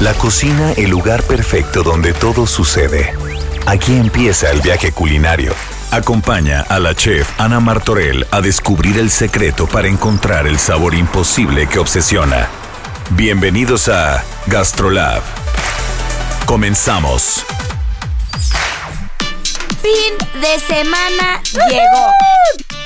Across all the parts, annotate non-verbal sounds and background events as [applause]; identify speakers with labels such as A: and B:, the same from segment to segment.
A: La cocina, el lugar perfecto donde todo sucede. Aquí empieza el viaje culinario. Acompaña a la chef Ana Martorell a descubrir el secreto para encontrar el sabor imposible que obsesiona. Bienvenidos a Gastrolab. Comenzamos.
B: Fin de semana llegó.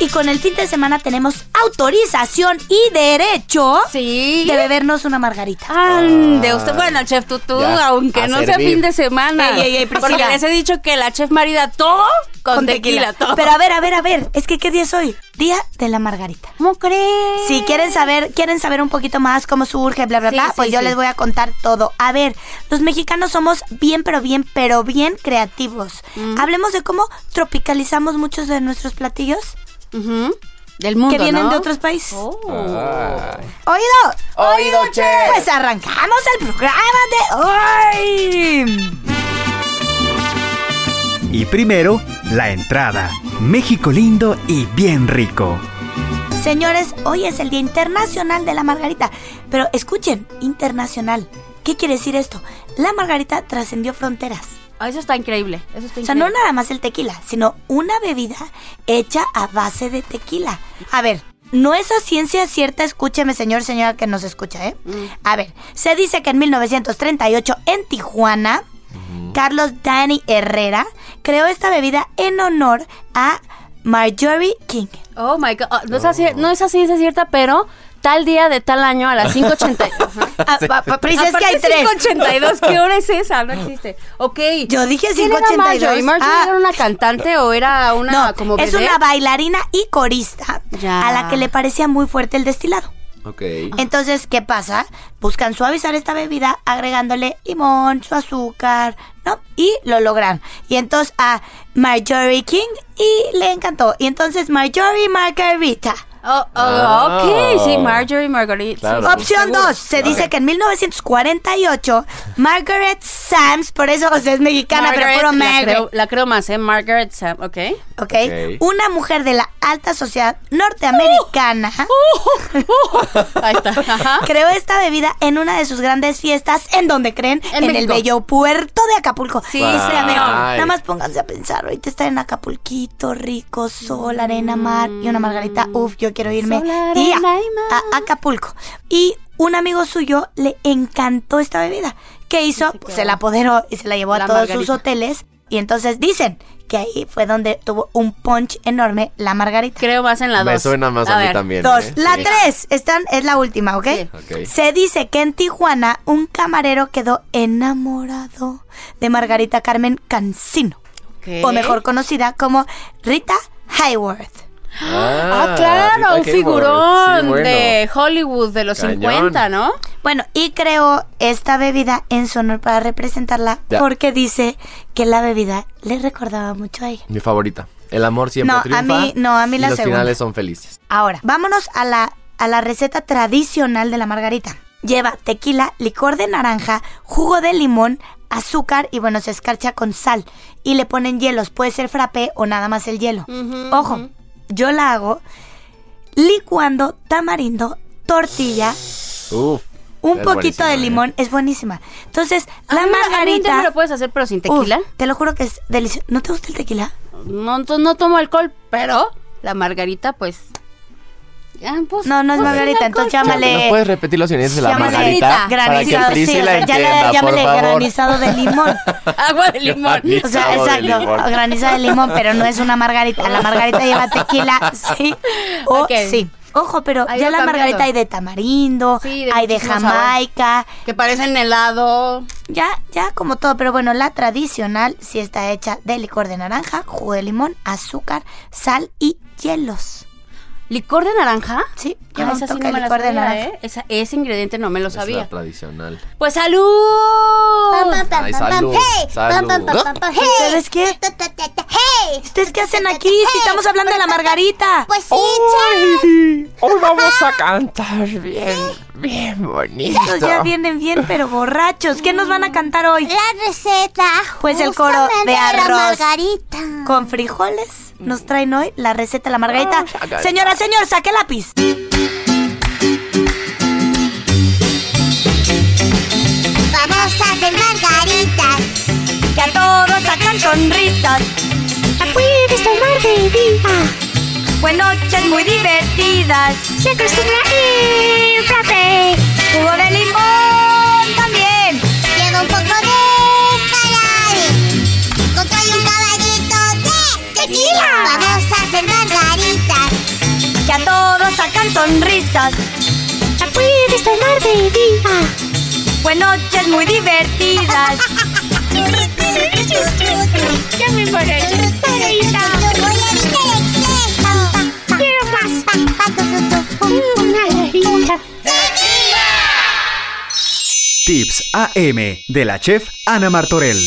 B: Y con el fin de semana tenemos autorización y derecho
C: Sí. Ah,
B: de bebernos una margarita.
C: Ande, usted. Bueno, chef, tú, tú,
D: Ya,
C: aunque
D: a
C: no sea
D: servir.
C: fin de semana.
B: Ey, ey, ey, Priscila.
C: porque les he dicho que la chef marida todo con, tequila. todo.
B: Pero a ver, a ver, a ver. Es que ¿qué día es hoy? Día de la margarita.
C: ¿Cómo crees?
B: Si quieren saber, quieren saber un poquito más cómo surge, bla, bla,
C: Sí,
B: bla,
C: sí,
B: pues yo
C: sí.
B: les voy a contar todo. A ver, los mexicanos somos bien, pero bien, pero bien creativos.
C: Mm.
B: Hablemos de cómo tropicalizamos muchos de nuestros platillos
C: Ujú. Del mundo,
B: que vienen
C: ¿no? Oh.
B: de otros países.
D: Ay.
B: ¡Oído!
D: Ah. Oído, chef.
B: Pues arrancamos el programa de hoy.
E: Y primero, la entrada. México lindo y bien rico.
B: Señores, hoy es el Día Internacional de la Margarita. Pero escuchen, internacional. ¿Qué quiere decir esto? La margarita trascendió fronteras.
C: Ah, Eso está increíble. Eso está
B: O sea, no
C: increíble.
B: nada más el tequila, sino una bebida hecha a base de tequila. A ver, no es a ciencia cierta, escúcheme señor, señora que nos escucha, ¿eh? A ver, se dice que en 1938 en Tijuana, Carlos Dani Herrera creó esta bebida en honor a Marjorie King.
C: Oh my god. Ah, No es así, no es así, es cierta, pero tal día de tal año a las 5.80. [laughs] Ajá.
B: Ah, pa- pa- Pris, es que hay
C: Aparte,
B: tres.
C: 5.82, ¿qué hora es esa? No existe. Ok.
B: Yo dije
C: ¿Quién era
B: 5.82?
C: Marjorie? ¿Marjorie
B: Ah.
C: era una cantante o era una
B: No,
C: como
B: es
C: vedette?
B: una bailarina y corista
C: Ya.
B: a la que le parecía muy fuerte el destilado.
D: Ok.
B: Entonces, ¿qué pasa? Buscan suavizar esta bebida agregándole limón, su azúcar, ¿no? Y lo logran. Y entonces a Marjorie King y le encantó. Y entonces Marjorie Margarita.
C: Oh, oh,
D: Ah.
C: ok, sí, Marjorie Margarita.
D: Claro.
B: Opción 2. Se dice que en 1948 Margaret Sams, por eso o sea, es mexicana, pero puro
C: la, creo,
B: Margaret,
C: la creo más, ¿eh? Margaret Sam,
B: [laughs]
C: ok.
B: ¿ok? Una mujer de la alta sociedad norteamericana.
C: ¡Uh! Ahí está. Ajá.
B: creó esta bebida en una de sus grandes fiestas. ¿En donde creen? En,
C: En
B: el
C: México.
B: bello puerto de Acapulco.
C: Sí,
B: O sea,
C: señor.
B: vean,
D: Ay.
B: Nada más pónganse a pensar. Ahorita estar en Acapulquito, rico, sol, arena, mar y una margarita. Uf, yo quiero irme.
C: Sol, arena
B: y a-
C: y mar.
B: a Acapulco. Y un amigo suyo le encantó esta bebida. ¿Qué hizo? Pues se la apoderó y se la llevó
C: La
B: a todos sus
C: margarita.
B: hoteles. Y entonces dicen que ahí fue donde tuvo un punch enorme la margarita.
C: Creo más en la dos.
D: Me suena más a, mí
C: ver.
D: también.
B: Dos.
D: ¿eh?
B: La
D: Sí.
B: tres. Están, es la última, ¿ok?
C: Sí.
D: Ok.
B: Se dice que en Tijuana un camarero quedó enamorado de Margarita Carmen Cancino,
C: Ok.
B: o mejor conocida como Rita Hayworth.
C: Ah, claro, un figurón de Hollywood de los
D: Cañón.
C: 50, ¿no?
B: Bueno, y creó esta bebida en su honor para representarla
D: Ya.
B: porque dice que la bebida le recordaba mucho a ella.
D: Mi favorita. El amor siempre
B: No, a
D: triunfa.
B: mí- no, a mí
D: y
B: la
D: los
B: segunda.
D: finales son felices.
B: Ahora, vámonos a la, a la receta tradicional de la margarita. Lleva tequila, licor de naranja, jugo de limón, azúcar y bueno, se escarcha con sal. Y le ponen hielos, puede ser frappé o nada más el hielo. Ojo, yo la hago licuando tamarindo, tortilla,
D: Uf.
B: un
D: es
B: poquito
D: buenísima,
B: de
D: ¿eh?
B: limón, es buenísima. Entonces,
C: A
B: la
C: mí- a mí un día
B: margarita...
C: me lo puedes hacer, pero sin
B: Uf,
C: tequila.
B: te lo juro que es delicioso. ¿No te gusta el tequila?
C: No, to- no tomo alcohol, pero la margarita, pues. ya, pues,
B: No, no es
C: pues,
B: margarita,
C: sin
B: entonces
C: alcohol.
B: llámale...
D: ¿No pues, puedes repetir los siguientes de la
B: Llámale
D: margarita?
B: Granizado,
D: para que
B: sí, o
D: Priscila
B: sea, ya
D: entienda,
B: le,
D: por
B: llámale
D: favor.
B: granizado de
D: [laughs]
B: limón.
C: Agua de limón.
B: O sea,
D: Granizado de
B: exacto,
D: limón.
B: granizado de limón, pero no es una margarita. La margarita lleva
D: [laughs]
B: tequila, sí o
C: Ok.
B: sí. Ojo, pero
C: Ha ido
B: ya la
C: cambiando.
B: margarita hay de tamarindo,
C: Sí, de
B: hay de
C: muchísimo sabor.
B: jamaica,
C: Que parecen helado.
B: ya, ya como todo. Pero bueno, la tradicional sí está hecha de licor de naranja, jugo de limón, azúcar, sal y hielos.
C: ¿Licor de naranja?
B: Sí, Yo
C: Ah,
B: no
C: esa sí
B: toqué
C: no me la
B: licor de
C: sabía,
B: naranja.
C: ¿eh? Esa- ese ingrediente no me lo
D: Es la
C: sabía.
D: tradicional.
C: Pues salud.
F: Pam, pam, pam,
D: Ay,
F: pam, pam,
D: salud,
F: hey,
D: salud.
F: pam, pam, pam, pam, pam, Oh, hey.
B: ¿Ustedes qué?
F: Ta, ta, ta, ta, hey.
B: ¿Ustedes qué hacen aquí? Si estamos hablando de la margarita.
F: Pues sí, chao.
G: Hoy vamos a cantar bien, bien bonito.
B: Estos ya vienen bien, pero borrachos. ¿Qué nos van a cantar hoy?
F: La receta.
B: Pues el coro
F: justamente
B: de
F: la
B: arroz.
F: margarita.
B: Con frijoles nos traen hoy la receta de la margarita. Señora, señor, saque lápiz.
F: Vamos a hacer margaritas.
B: Que a todos sacan sonrisas.
F: La puedes tomar de vida.
B: Pues noches muy divertidas.
F: Se acostumbra el frappé.
B: Jugo de limón también.
F: Lleva un poco de Ferrari. Contra un caballito de tequila. Vamos a hacer margaritas.
B: Que a todos sacan sonrisas.
F: La puedes tomar de vida.
B: Pues noches muy divertidas.
C: [laughs]
F: Ya me paré. Voy a ir al exceso. Quiero más. Una rejita.
E: Tips AM de la chef Ana Martorell.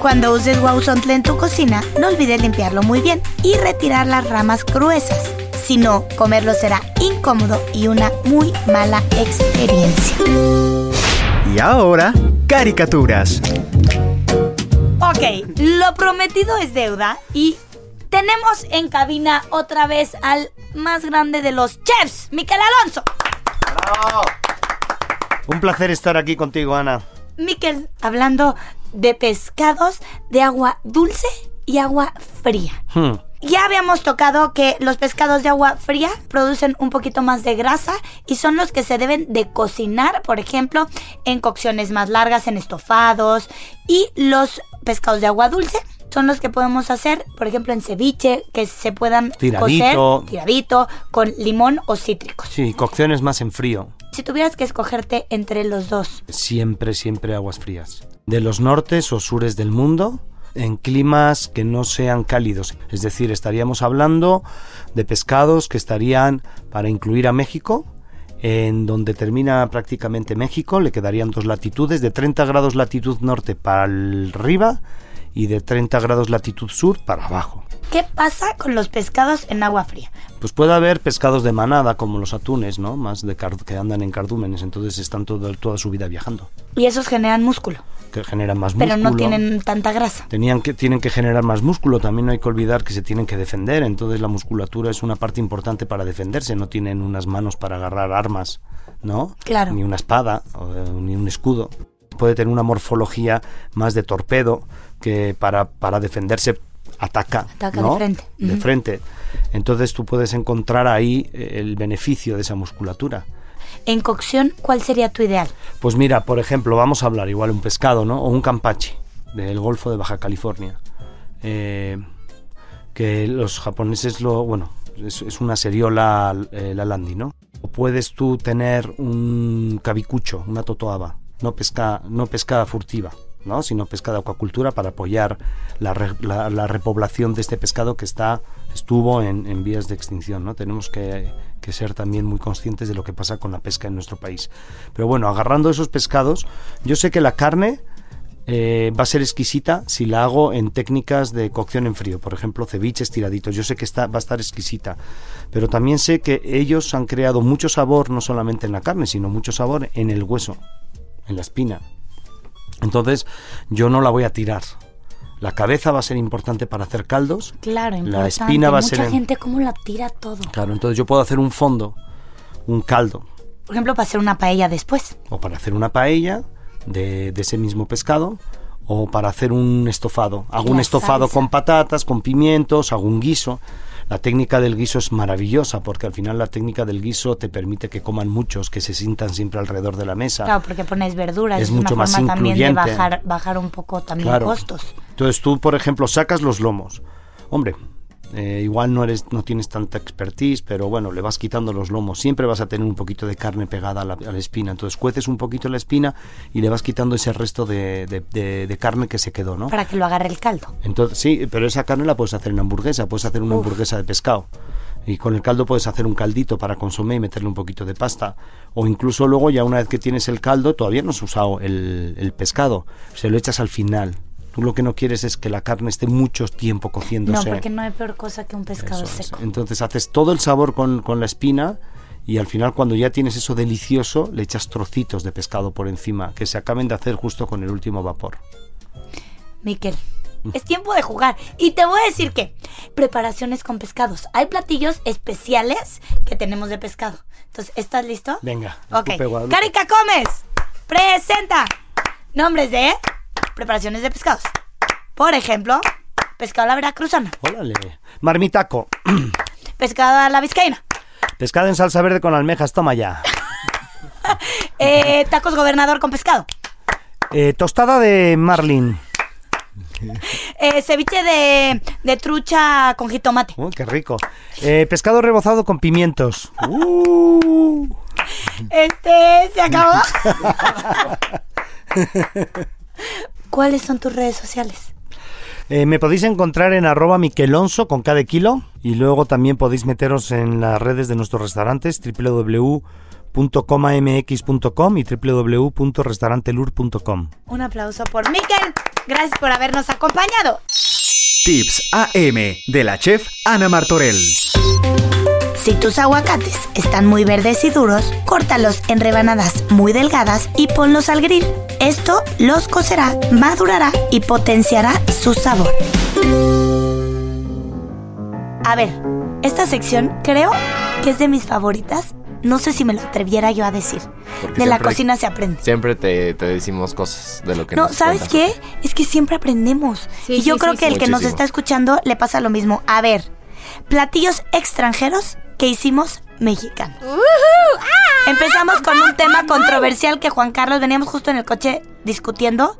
B: Cuando uses guauzontle en tu cocina, no olvides limpiarlo muy bien y retirar las ramas gruesas. Si no, comerlo será incómodo y una muy mala experiencia.
E: Y ahora, caricaturas.
B: Ok, lo prometido es deuda y tenemos en cabina otra vez al más grande de los chefs, Miquel Alonso.
H: Un placer estar aquí contigo, Ana.
B: Miquel, hablando de pescados de agua dulce y agua fría. Ya habíamos tocado que los pescados de agua fría producen un poquito más de grasa y son los que se deben de cocinar, por ejemplo, en cocciones más largas, en estofados. Y los pescados de agua dulce son los que podemos hacer, por ejemplo, en ceviche, que se puedan
H: Tiradito.
B: cocer, tiradito, con limón o cítricos.
H: Sí, cocciones más en frío.
B: Si tuvieras que escogerte entre los dos,
H: Siempre, siempre aguas frías. De los nortes o sures del mundo, en climas que no sean cálidos. Es decir, estaríamos hablando de pescados que estarían para incluir a México. En donde termina prácticamente México, le quedarían dos latitudes, de 30 grados latitud norte para arriba y de 30 grados latitud sur para abajo.
B: ¿qué pasa con los pescados en agua fría?
H: Pues puede haber pescados de manada, como los atunes, ¿no? Más de car- que andan en cardúmenes, entonces están todo, toda su vida viajando,
B: Y esos generan músculo,
H: que generan más
B: pero
H: músculo.
B: no tienen tanta grasa.
H: Tenían que, tienen que generar más músculo, también no hay que olvidar que se tienen que defender, entonces la musculatura es una parte importante para defenderse, no tienen unas manos para agarrar armas, ¿no?
B: Claro.
H: Ni una espada, o, eh, ni un escudo. Puede tener una morfología más de torpedo que para, para defenderse ataca.
B: Ataca
H: ¿no?
B: de frente.
H: De
B: Ujú.
H: frente. Entonces tú puedes encontrar ahí eh, el beneficio de esa musculatura.
B: En cocción, ¿cuál sería tu ideal?
H: Pues mira, por ejemplo, vamos a hablar igual un pescado, ¿no? O un campachi del Golfo de Baja California. Eh, que los japoneses lo... Bueno, es, es una seriola eh, la landi, ¿no? O puedes tú tener un cabicucho, una totoaba. No pesca, no pesca furtiva, ¿no? Sino pesca de acuacultura para apoyar la, re- la- la repoblación de este pescado que está estuvo en, en vías de extinción, ¿no? Tenemos que, que ser también muy conscientes de lo que pasa con la pesca en nuestro país. Pero bueno, agarrando esos pescados, yo sé que la carne eh, va a ser exquisita si la hago en técnicas de cocción en frío, por ejemplo, ceviches tiraditos. Yo sé que está, va a estar exquisita, pero también sé que ellos han creado mucho sabor, no solamente en la carne, sino mucho sabor en el hueso, en la espina. Entonces, yo no la voy a tirar. La cabeza va a ser importante para hacer caldos.
B: Claro,
H: La espina va a ser.
B: Mucha
H: en-
B: gente cómo la tira todo.
H: Claro, entonces yo puedo hacer un fondo, un caldo,
B: Por ejemplo, para hacer una paella después.
H: o para hacer una paella de, de ese mismo pescado o para hacer un estofado. Hago un
B: La
H: estofado
B: salsa.
H: con patatas, con pimientos, hago un guiso. La técnica del guiso es maravillosa porque al final la técnica del guiso te permite que coman muchos, que se sientan siempre alrededor de la mesa.
B: Claro, porque pones verduras.
H: Es
B: una
H: mucho más
B: forma también de
H: incluyente.
B: bajar, bajar un poco también costos.
H: Entonces tú, por ejemplo, sacas los lomos. Hombre, eh, igual no eres, no tienes tanta expertise, pero bueno, le vas quitando los lomos. Siempre vas a tener un poquito de carne pegada a la, a la espina. Entonces cueces un poquito la espina y le vas quitando ese resto de, de- de- de carne que se quedó, ¿no?
B: Para que lo agarre el caldo.
H: Entonces, sí, pero esa carne la puedes hacer en hamburguesa, puedes hacer una hamburguesa de pescado. Y con el caldo puedes hacer un caldito para consumir y meterle un poquito de pasta. O incluso luego, ya una vez que tienes el caldo, todavía no has usado el, el pescado. Se lo echas al final. Tú lo que no quieres es que la carne esté mucho tiempo
B: No,
H: cociéndose.
B: porque no hay peor cosa que un pescado
H: Eso es.
B: seco.
H: Entonces haces todo el sabor con, con la espina y al final cuando ya tienes eso delicioso le echas trocitos de pescado por encima que se acaben de hacer justo con el último vapor.
B: Miquel, es tiempo de jugar. Y te voy a decir que preparaciones con pescados. Hay platillos especiales que tenemos de pescado. Entonces, ¿estás listo?
H: Venga,
B: Ok.
H: escupe, Guadalupe.
B: Carica Comes, presenta nombres de preparaciones de pescados. Por ejemplo, pescado a la veracruzana,
H: Órale. Marmitaco.
B: pescado a la vizcaína,
H: Pescado en salsa verde con almejas, toma ya.
B: eh, tacos gobernador con pescado,
H: Eh, tostada de marlin.
B: eh, ceviche de, de trucha con jitomate,
H: Uy, qué rico. Eh, pescado rebozado con pimientos. Uh.
B: Este, se acabó. ¿Cuáles son tus redes sociales?
H: Eh, me podéis encontrar en arroba miquelonso con cada kilo y luego también podéis meteros en las redes de nuestros restaurantes www.comamx.com y www.restaurantelur.com.
B: Un aplauso por Miquel. Gracias por habernos acompañado.
I: Tips AM de la chef Ana Martorell.
B: Si tus aguacates están muy verdes y duros, córtalos en rebanadas muy delgadas y ponlos al grill. Esto los cocerá, madurará y potenciará su sabor. A ver, esta sección creo que es de mis favoritas. No sé si me lo atreviera yo a decir.
D: Porque
B: de la
D: siempre-
B: cocina se aprende.
D: Siempre te, te decimos cosas de lo que
B: No,
D: nos
B: ¿sabes
D: cuentas.
B: qué? Es que siempre aprendemos.
C: Sí,
B: y yo
C: sí,
B: creo
C: sí,
B: que
C: sí.
B: el que nos
D: Muchísimo.
B: está escuchando le pasa lo mismo. A ver, platillos extranjeros que hicimos mexicanos. Empezamos con un tema controversial que Juan Carlos veníamos justo en el coche discutiendo.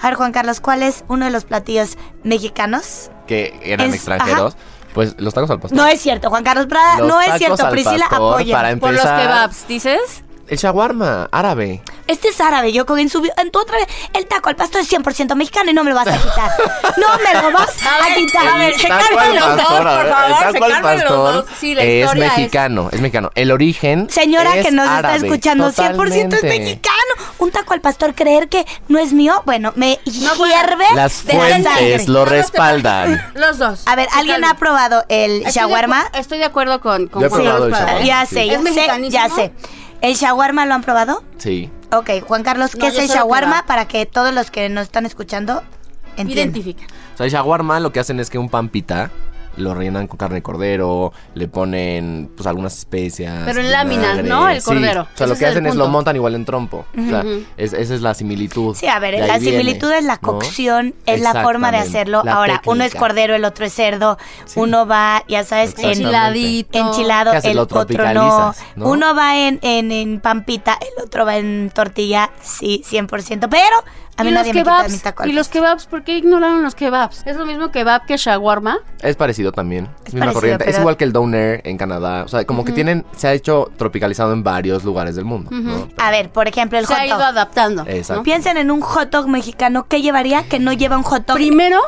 B: A ver, Juan Carlos, ¿cuál es uno de los platillos mexicanos?
D: Que eran
B: Es-
D: extranjeros. Pues los tacos al pastor.
B: No es cierto, Juan Carlos Prada,
D: Los
B: no es
D: tacos
B: cierto.
D: al
B: Priscila
D: pastor,
B: apoya.
D: Para em-
C: Por los
D: empezar,
C: kebabs, ¿dices?
D: el shawarma árabe.
B: Este es árabe, yo con subió en tu otra vez. El taco al pasto es 100% mexicano y no me lo vas a
D: [laughs]
B: quitar. No me lo vas a quitar.
D: El taco al pastor, a ver, el taco al pastor
C: Sí, la
D: es
C: historia es-
D: mexicano, es... mexicano. El origen
B: Señora
D: es
B: que nos
D: árabe,
B: está escuchando, 100% es
D: totalmente.
B: mexicano. Un taco al pastor, creer que no es mío, bueno, me hierve
D: Las
B: de la sangre.
D: fuentes
C: No,
D: lo
C: no te-
D: respaldan.
C: [laughs] Los dos.
B: A ver, ¿alguien ha
C: Totalmente.
B: probado el
C: Estoy de
B: shawarma?
C: acu- Estoy de acuerdo con, con
D: Yo he
C: Juan
D: probado
C: Carlos
D: el
C: Prada,
D: shawarma,
C: ¿eh?
B: Ya
D: sí.
B: sé,
C: ¿Es
B: ya sé,
C: mexicanísimo?
B: ya sé. ¿El shawarma lo han probado?
D: Sí.
B: Ok, Juan Carlos, ¿qué
C: No,
B: es
C: yo
B: el
C: solo
B: shawarma
C: kebab.
B: para que todos los que nos están escuchando entiendan?
C: Identifica.
D: O sea, el shawarma lo que hacen es que un pan pita lo rellenan con carne de cordero, le ponen pues algunas especias.
C: Pero en
D: vinagre.
C: láminas, ¿no? El
D: Sí.
C: cordero.
D: O sea, lo
C: Ese
D: que
C: es el
D: hacen es lo
C: punto.
D: montan igual en trompo. O sea, es- esa es la similitud.
B: Sí, a ver,
D: De
B: la
D: ahí viene,
B: similitud es la
D: ¿no?
B: cocción, es la forma de
D: Exactamente,
B: hacerlo.
D: la
B: Ahora, uno es
D: técnica.
B: cordero, el otro es cerdo, uno va, ya sabes, en,
D: Exactamente.
C: Enchiladito.
B: enchilado,
D: ¿Qué haces?
B: el
D: Lo
B: otro no.
D: tropicalizas, ¿no?
B: Uno va en, en, en pampita, el otro va en tortilla, sí, 100%. Pero a mí
C: ¿Y los
B: nadie me quita mi
C: kebabs?
B: taco. al
C: ¿Y los
B: pastor.
C: kebabs? ¿Por qué ignoraron los kebabs? Es lo mismo kebab que shawarma.
D: Es parecido también.
B: Es
D: misma
B: parecido,
D: corriente. Es
B: pero-
D: igual que el doner en Canadá. O sea, como que tienen, se ha hecho tropicalizado en varios lugares del mundo. ¿no?
B: A ver, por ejemplo, el
C: Se
B: hot
C: ha ido
B: dog.
C: adaptando.
D: Exacto.
C: ¿no?
B: Piensen en un hot dog mexicano. ¿Qué llevaría que no lleva un hot dog?
C: Primero,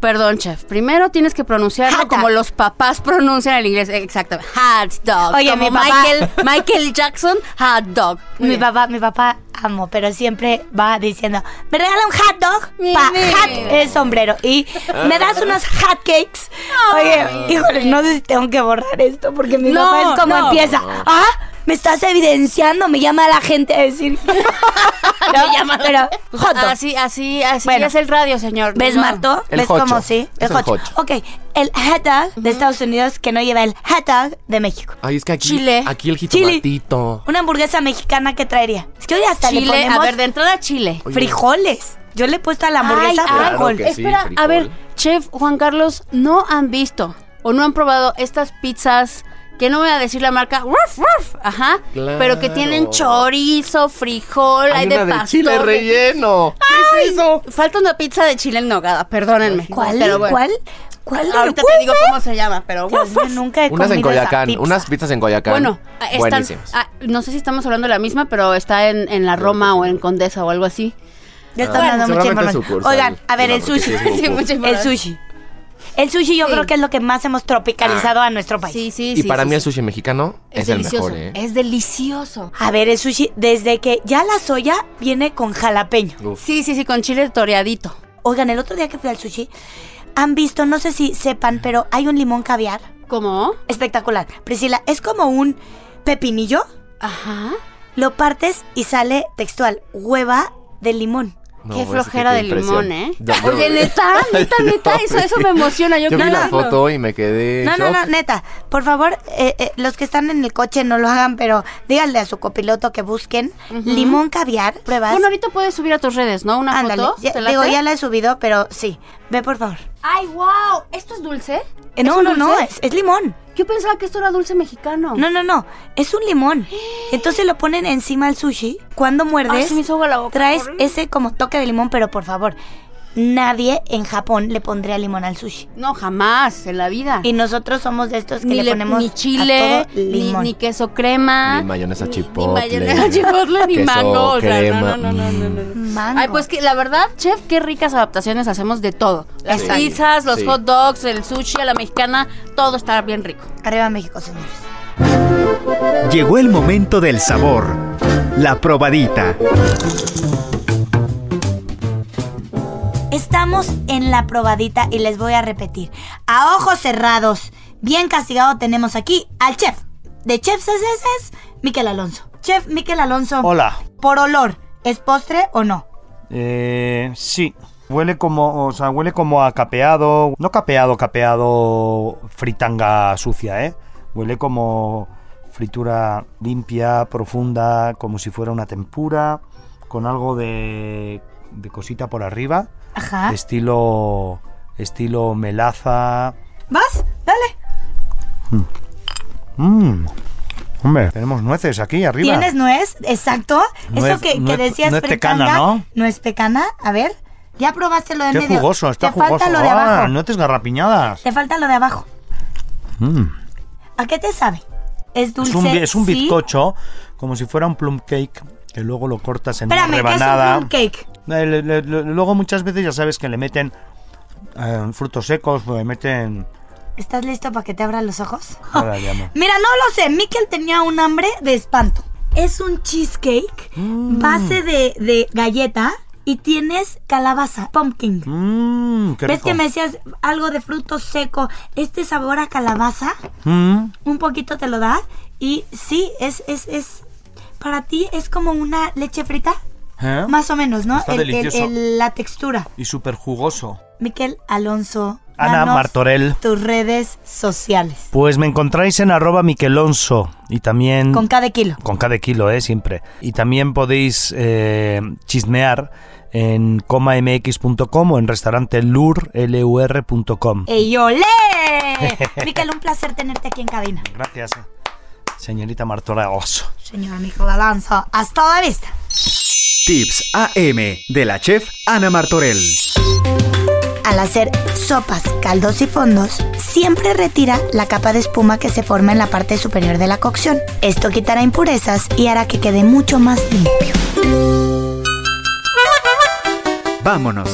C: perdón, chef. Primero tienes que pronunciarlo
B: Hot dog.
C: como los papás pronuncian el inglés. Exacto. Hot dog.
B: Oye,
C: como
B: mi papá-
C: Michael, Michael Jackson, hot dog.
B: mi papá, mi papá amo, pero siempre va diciendo, me regala un hot dog,
C: Mi
B: pa,
C: nene.
B: hat es sombrero, y me das unos hot cakes. Oye, híjole, no sé si tengo que borrar esto, porque mi
C: No,
B: papá es como
C: no.
B: empieza, ah, me estás evidenciando, me llama la gente a decir,
C: [laughs]
B: [laughs] me llama, pero
C: Pues
B: hot dog.
C: Así, así, así
B: Bueno.
C: es el radio, señor.
B: ¿Ves,
C: Ah, No.
B: Marto?
D: El
B: ¿Ves
D: hot
B: cómo
D: dog.
B: sí?
D: Es el hot
B: dog. Ok, el hot dog de Estados Unidos que no lleva el hot dog de México.
D: Ay, es que aquí,
C: Chile.
D: aquí el
B: Chile.
D: jitomatito.
B: Una hamburguesa mexicana que traería. Es que hoy hasta le
C: Chile, a
B: ponemos
C: ver, de entrada Chile.
B: frijoles. Yo le he puesto a la hamburguesa
C: Ay, ah, ay,
B: frijol.
D: que sí,
C: Espera, a
D: frijol.
C: ver, chef Juan Carlos, ¿no han visto o no han probado estas pizzas que no voy a decir la marca, ruf, ruf, ajá,
D: Claro.
C: pero que tienen chorizo, frijol, hay,
D: Hay
C: de
D: una de,
C: pastor,
D: chile
C: de-
D: relleno. ¿Qué es eso?
C: Falta una pizza de chile en nogada, perdónenme.
B: ¿Cuál?
C: Pero bueno,
B: ¿Cuál? ¿Cuál?
C: Ahorita te digo cómo se llama, pero
B: Dios mío,
C: ruf, ruf.
B: pues, nunca he
D: Unas en
B: comido esa
D: Coyacán,
B: pizza.
D: unas pizzas en Coyacán.
C: Bueno, están,
D: buenísimas.
C: ah, no sé si estamos hablando de la misma, pero está en, en la Roma o en Condesa o algo así.
B: Ya están dando mucha
D: Seguramente
B: información.
D: sucursal.
B: Oigan, a ver,
D: Sí,
B: el
D: porque
B: sushi.
D: sí es muy
C: Sí, mucha
B: el
C: información.
B: sushi. El sushi yo creo que es lo que más hemos
D: Ah.
B: tropicalizado a nuestro país. Sí, sí,
D: y para mí el sushi mexicano es, el mejor, ¿eh?
B: Es delicioso. A ver, el sushi, desde que ya la soya viene con jalapeño.
D: Uf.
B: Sí, sí, sí, con chile toreadito. Oigan, el otro día que fui al sushi, han visto, no sé si sepan, pero hay un limón caviar. ¿Cómo? Espectacular. Priscila, es como un pepinillo. Ajá. Lo partes y sale textual, hueva de limón.
D: No, Qué pues, flojera qué- qué de impresión. limón, ¿eh? Ya, yo-
B: Porque
D: [laughs]
C: neta, neta, neta, eso- eso me emociona,
D: Yo, vi la foto y me quedé.
B: No,
D: en
B: no,
D: shock.
B: no, neta. Por favor, eh, eh, los que están en el coche no lo hagan, pero díganle a su copiloto que busquen limón caviar, pruebas.
C: Bueno, ahorita puedes subir a tus redes, ¿no? Una
B: Ándale.
C: foto.
B: Ya-
C: ¿te
B: digo,
C: late?
B: ya la he subido, pero sí. Ve, por favor.
C: ¡Ay, wow! ¿Esto es dulce?
B: Eh, no,
C: ¿Es un
B: no, no,
C: dulce? Oh.
B: es, es limón.
C: Yo pensaba que esto era dulce mexicano.
B: No, no, no, es un
C: [gasps]
B: limón. Entonces lo ponen encima al sushi. Cuando muerdes,
C: Ay, se me hizo agua la boca.
B: traes
C: Horrible.
B: ese como toque de limón, pero por favor, nadie en Japón le pondría limón al sushi.
C: No, jamás en la vida.
B: Y nosotros somos de estos que
C: Ni
B: le,
C: le-
B: ponemos
C: ni chile,
B: a todo
C: ni-
B: limón.
C: ni queso crema.
D: Ni mayonesa chipotle.
C: mayonesa chipotle, ni
D: queso,
C: mango, o sea, no,
D: crema,
C: no, no, no, no,
B: Mango.
C: Ay, pues que la verdad, chef, qué ricas adaptaciones hacemos de todo. Las
D: Sí.
C: pizzas, los
D: Sí.
C: hot dogs, el sushi, a la mexicana, todo está bien rico.
B: Arriba México, señores.
I: Llegó el momento del sabor. La probadita.
B: Estamos en la probadita y les voy a repetir. A ojos cerrados, bien castigado tenemos aquí al chef. De Chef CCS, Miquel Alonso. Chef Miquel Alonso.
H: Hola.
B: Por olor, ¿es postre o no?
H: Eh, sí. Huele como, o sea, huele como a capeado, no capeado, capeado fritanga sucia, ¿eh? Huele como fritura limpia, profunda, como si fuera una tempura, con algo de, de cosita por arriba,
B: Ajá.
H: estilo, estilo melaza.
B: ¿Vas? Dale.
H: Mmm, hombre, tenemos nueces aquí arriba.
B: ¿Tienes nuez? Exacto.
H: Nuez-
B: Eso que, que
H: nuez-
B: decías
H: nuez tecana,
B: fritanga,
H: ¿no?
B: Nuez pecana. A ver. Ya probaste lo de
H: Qué
B: medio.
H: jugoso, está
B: Te
H: jugoso.
B: falta lo de
H: Ah,
B: abajo.
H: nueces garrapiñadas.
B: Te falta lo de abajo.
H: Mmm.
B: ¿A qué te sabe? ¿Es dulce?
H: Es un, bi- es un
B: ¿Sí?
H: bizcocho, como si fuera un plum cake, que luego lo cortas en
B: Espérame,
H: una
B: ¿qué es un
H: rebanada.
B: plum cake?
H: Eh, le- le- le- luego muchas veces ya sabes que le meten eh, frutos secos, o le meten...
B: ¿Estás listo para que te abran los ojos?
H: Ahora ya no.
B: Mira, no lo sé. Miquel tenía un hambre de espanto. Es un cheesecake
H: Mm.
B: base de, de galleta y tienes calabaza, pumpkin.
H: Mmm, qué
B: ¿Ves
H: rico.
B: que me decías algo de fruto seco? Este sabor a calabaza,
H: Mm,
B: un poquito te lo da. Y sí, es, es, es. Para ti es como una leche frita,
H: ¿eh?
B: más o menos, ¿no?
H: Está
B: El- el-
H: delicioso.
B: el- la textura.
H: Y súper jugoso.
B: Miquel Alonso.
H: Ana
B: danos
H: Martorell.
B: Tus redes sociales.
H: Pues me encontráis en arroba miquelonso y también...
B: Con cada kilo.
H: Con cada kilo, ¿eh? Siempre. Y también podéis eh, chismear en comamx.com o en restaurante lur, lur.com.
B: ¡Ey, olé! Miquel, un placer tenerte aquí en cabina.
H: Gracias, eh. señorita Martora Oso.
B: Señor Miquel Alonso, hasta la vista.
I: Tips AM de la chef Ana Martorell.
B: Al hacer sopas, caldos y fondos, siempre retira la capa de espuma que se forma en la parte superior de la cocción. Esto quitará impurezas y hará que quede mucho más limpio.
I: Vámonos.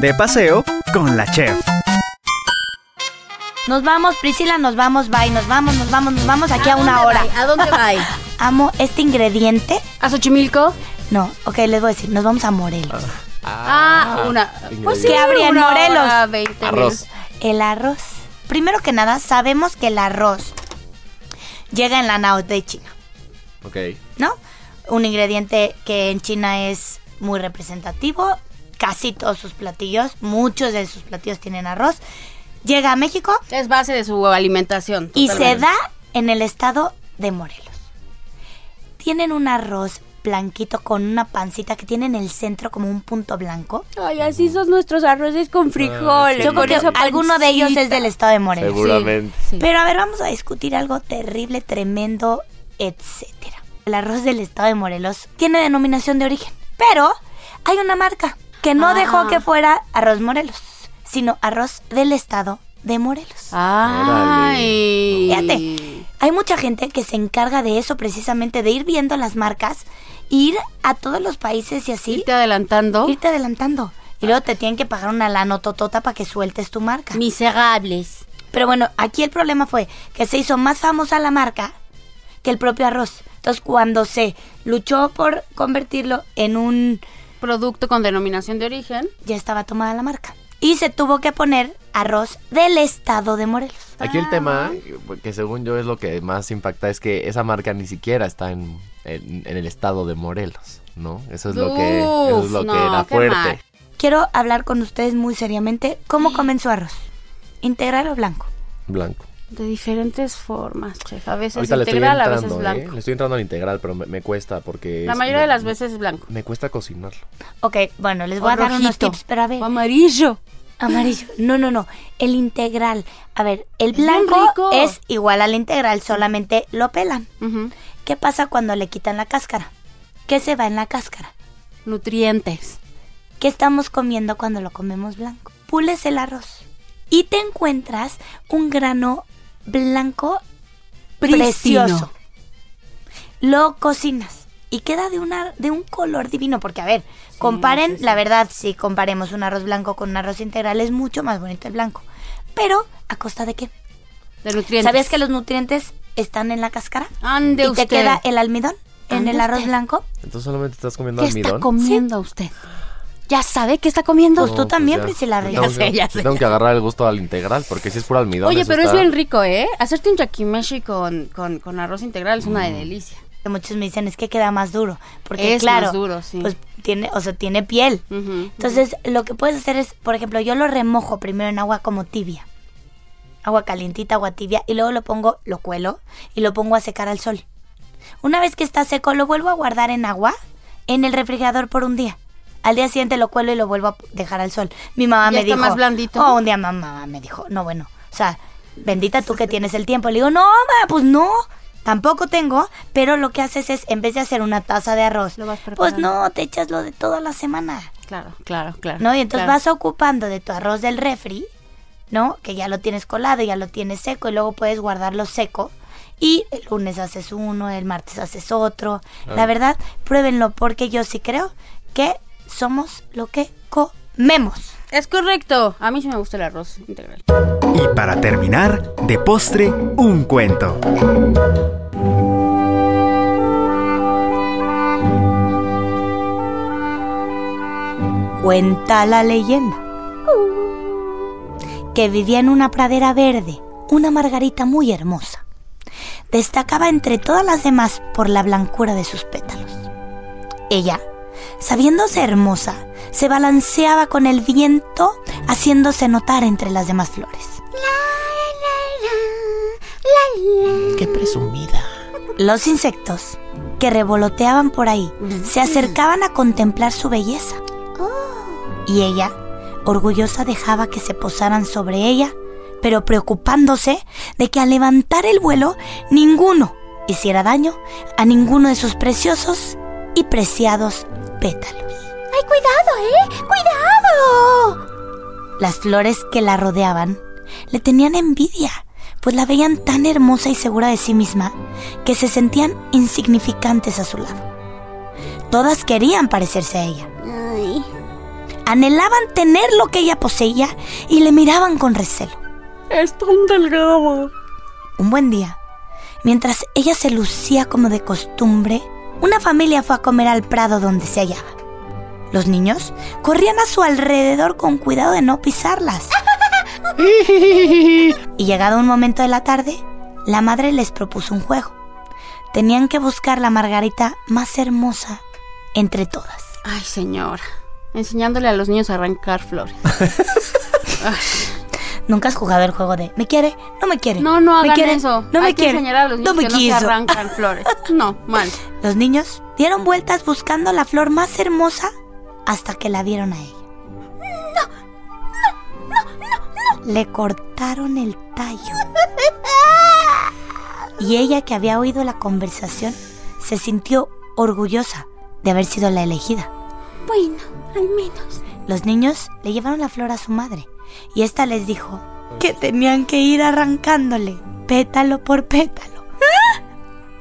I: De paseo con la chef.
B: Nos vamos, Priscila, nos vamos, bye, nos vamos, nos vamos, nos vamos aquí a, una hora.
C: ¿A
B: [laughs]
C: dónde va?
B: Amo este ingrediente.
C: ¿A Xochimilco?
B: No, ok, les voy a decir, nos vamos a Morelos.
C: Ah, una. Pues sí,
B: ¿Qué habría en
C: una
B: Morelos?
C: hora, 20 minutos.
B: El arroz. Primero que nada, sabemos que el arroz llega en la nao de China,
D: Ok.
B: ¿no? Un ingrediente que en China es muy representativo. Casi todos sus platillos, muchos de sus platillos tienen arroz. Llega a México
C: Es base de su alimentación.
B: y se
C: totalmente.
B: da en el estado de Morelos. Tienen un arroz blanquito con una pancita que tiene en el centro como un punto blanco.
C: Ay, así son nuestros arroces con frijoles.
B: Yo creo
C: con
B: que
C: esa
B: alguno de ellos es
C: pancita.
B: del estado de
C: Eh,
B: Morelos.
D: Seguramente.
B: Pero a ver, vamos a discutir algo terrible, tremendo, etcétera. El arroz del estado de Morelos tiene denominación de origen, pero hay una marca que no
C: Ah.
B: dejó que fuera arroz Morelos, sino arroz del estado de Morelos.
C: [laughs] Ah. Ay.
B: Fíjate, hay mucha gente que se encarga de eso precisamente, de ir viendo las marcas, ir a todos los países y así,
C: Irte adelantando.
B: irte adelantando. Y luego te tienen que pagar una lana totota para que sueltes tu marca. Miserables. Pero bueno, aquí el problema fue que se hizo más famosa la marca que el propio arroz. Entonces, cuando se luchó por convertirlo en un producto con denominación de origen, ya estaba tomada la marca. Y se tuvo que poner arroz del estado de Morelos.
D: Aquí el tema,
C: Ah.
D: que según yo es lo que más impacta, es que esa marca ni siquiera está en, en- en el estado de Morelos, ¿no? Eso es lo que, eso es lo
B: Uf,
D: que
B: no,
D: era
B: qué
D: fuerte.
B: mal. Quiero hablar con ustedes muy seriamente. ¿Cómo comen su arroz? ¿Integral o blanco?
D: Blanco.
C: De diferentes formas, chef. A veces
D: Ahorita le estoy
C: integral, a veces
D: entrando, ¿eh?
C: blanco.
D: Le estoy entrando al integral, pero me, me cuesta porque...
C: La
D: es-
C: mayoría
D: me-
C: de las veces es blanco.
D: Me cuesta cocinarlo.
B: Ok, bueno, les voy
C: O
B: a dar unos
C: rojito.
B: tips, pero a ver. amarillo. Amarillo. No, no, no. El integral. A ver, el
C: bien
B: blanco
C: rico.
B: es igual al integral, solamente lo pelan. ¿Qué pasa cuando le quitan la cáscara? ¿Qué se va en la cáscara? Nutrientes. ¿Qué estamos comiendo cuando lo comemos blanco? Pules el arroz y te encuentras un grano blanco
C: Prístino.
B: precioso. Lo cocinas y queda de, una, de un color divino, porque a ver, comparen, la verdad, si comparemos un arroz blanco con un arroz integral, es mucho más bonito el blanco. Pero, ¿a costa de qué?
C: De nutrientes.
B: ¿Sabías que los nutrientes están en la cáscara?
C: Ande
B: y
C: usted.
B: te queda el almidón en
C: Ande
B: el arroz
C: usted.
B: blanco.
D: Entonces solamente estás comiendo
C: ¿Qué está
D: almidón.
C: comiendo usted? ¿Ya sabe qué está comiendo?
D: No, pues ya. Yo
C: Ya
D: tengo
C: sé,
D: que-
C: ya
D: yo
C: sé.
D: Tengo que agarrar el gusto al integral porque si es puro almidón.
C: Oye,
D: eso
C: pero es
D: está-
C: bien rico, ¿eh? Hacerte un yakimeshi con, con, con arroz integral es
D: Mm.
C: una delicia.
B: Que muchos me dicen es que queda más duro. Porque
C: Es
B: claro,
C: más duro, sí.
B: pues tiene, o sea, tiene piel. Entonces, lo que puedes hacer es, por ejemplo, yo lo remojo primero en agua como tibia. Agua calientita, agua tibia, y luego lo pongo, lo cuelo y lo pongo a secar al sol. Una vez que está seco, lo vuelvo a guardar en agua en el refrigerador por un día. Al día siguiente lo cuelo y lo vuelvo a dejar al sol. Mi mamá
C: Ya
B: me
C: está
B: dijo.
C: más blandito.
B: Oh, un día mi mamá me dijo, no, bueno, o sea, bendita tú que tienes el tiempo. Le digo, no, ma, pues no. Tampoco tengo, pero lo que haces es, en vez de hacer una taza de arroz, pues no, te echas lo de toda la semana.
C: Claro, claro, claro.
B: ¿no? Y entonces
C: claro.
B: vas ocupando de tu arroz del refri, ¿no? Que ya lo tienes colado, ya lo tienes seco y luego puedes guardarlo seco. Y el lunes haces uno, el martes haces otro.
C: Claro.
B: La verdad, pruébenlo porque yo sí creo que somos lo que comemos.
C: Es correcto. A mí sí me gusta el arroz integral.
I: Y para terminar, de postre, un cuento.
B: Cuenta la leyenda que vivía en una pradera verde una margarita muy hermosa. Destacaba entre todas las demás por la blancura de sus pétalos. Ella, sabiéndose hermosa, se balanceaba con el viento, haciéndose notar entre las demás flores. ¡Qué presumida! Los insectos que revoloteaban por ahí se acercaban a contemplar su belleza. Y ella, orgullosa, dejaba que se posaran sobre ella, pero preocupándose de que al levantar el vuelo ninguno hiciera daño a ninguno de sus preciosos y preciados pétalos.
F: ¡Ay, cuidado, eh! ¡Cuidado!
B: Las flores que la rodeaban le tenían envidia, pues la veían tan hermosa y segura de sí misma que se sentían insignificantes a su lado. Todas querían parecerse a ella. Anhelaban tener lo que ella poseía y le miraban con recelo. Es tan delgado. Un buen día, mientras ella se lucía como de costumbre, una familia fue a comer al prado donde se hallaba. Los niños corrían a su alrededor con cuidado de no pisarlas. y llegado un momento de la tarde, la madre les propuso un juego. Tenían que buscar la margarita más hermosa entre todas.
C: Ay, señora. Enseñándole a los niños a arrancar flores.
B: Nunca has jugado el juego de ¿me quiere? No me quiere.
C: No, no
B: Este, ¿Me
C: hagan
B: quiere?
C: eso.
B: No me
C: Hay que
B: quiere.
C: enseñar a los
B: no
C: niños
B: me
C: que no se
B: quiso. [laughs]
C: arrancan flores. No, mal.
B: Los niños dieron vueltas buscando la flor más hermosa hasta que la vieron a ella. Le cortaron el tallo. Y ella que había oído la conversación se sintió orgullosa de haber sido la elegida.
F: Bueno, al menos.
B: Los niños le llevaron la flor a su madre y ésta les dijo que tenían que ir arrancándole pétalo por pétalo,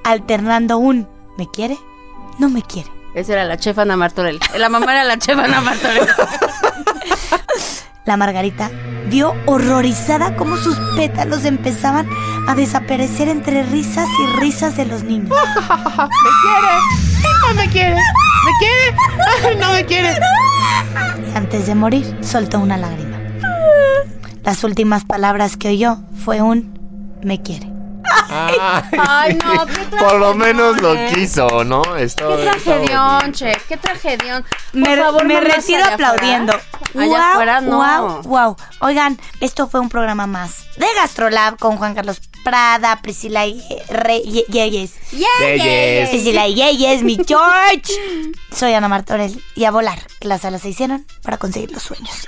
B: alternando un ¿me quiere? No me quiere.
C: Esa era la chef Ana Martorell. La mamá era la chef Ana Martorell.
B: La margarita vio horrorizada cómo sus pétalos empezaban a desaparecer entre risas y risas de
F: [laughs]
B: los niños.
F: ¿Me quiere? ¿Me quiere? ¿Me quiere? ¡Ah, No me quiere.
B: Y antes de morir, soltó una lágrima. Las últimas palabras que oyó fue un me quiere.
C: [laughs] Ay, no, qué
D: [laughs] Por lo
C: tragedión,
D: menos lo
C: eh.
D: quiso, ¿no? Esto,
C: Qué
D: esto-
C: tragedión, che, qué tragedión. Por
B: Me,
C: favor,
B: me
C: mamás
B: retiro
C: allá
B: aplaudiendo.
C: Allá afuera, no.
B: wow, wow. Oigan, esto fue un programa más de Gastrolab con Juan Carlos Prada, Priscila Ye- Re- Ye- Yeyes.
F: Yeyes.
B: Priscila Yeyes, mi George. Soy Ana Martorell y a volar, que las alas se hicieron para conseguir los sueños.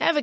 J: Ever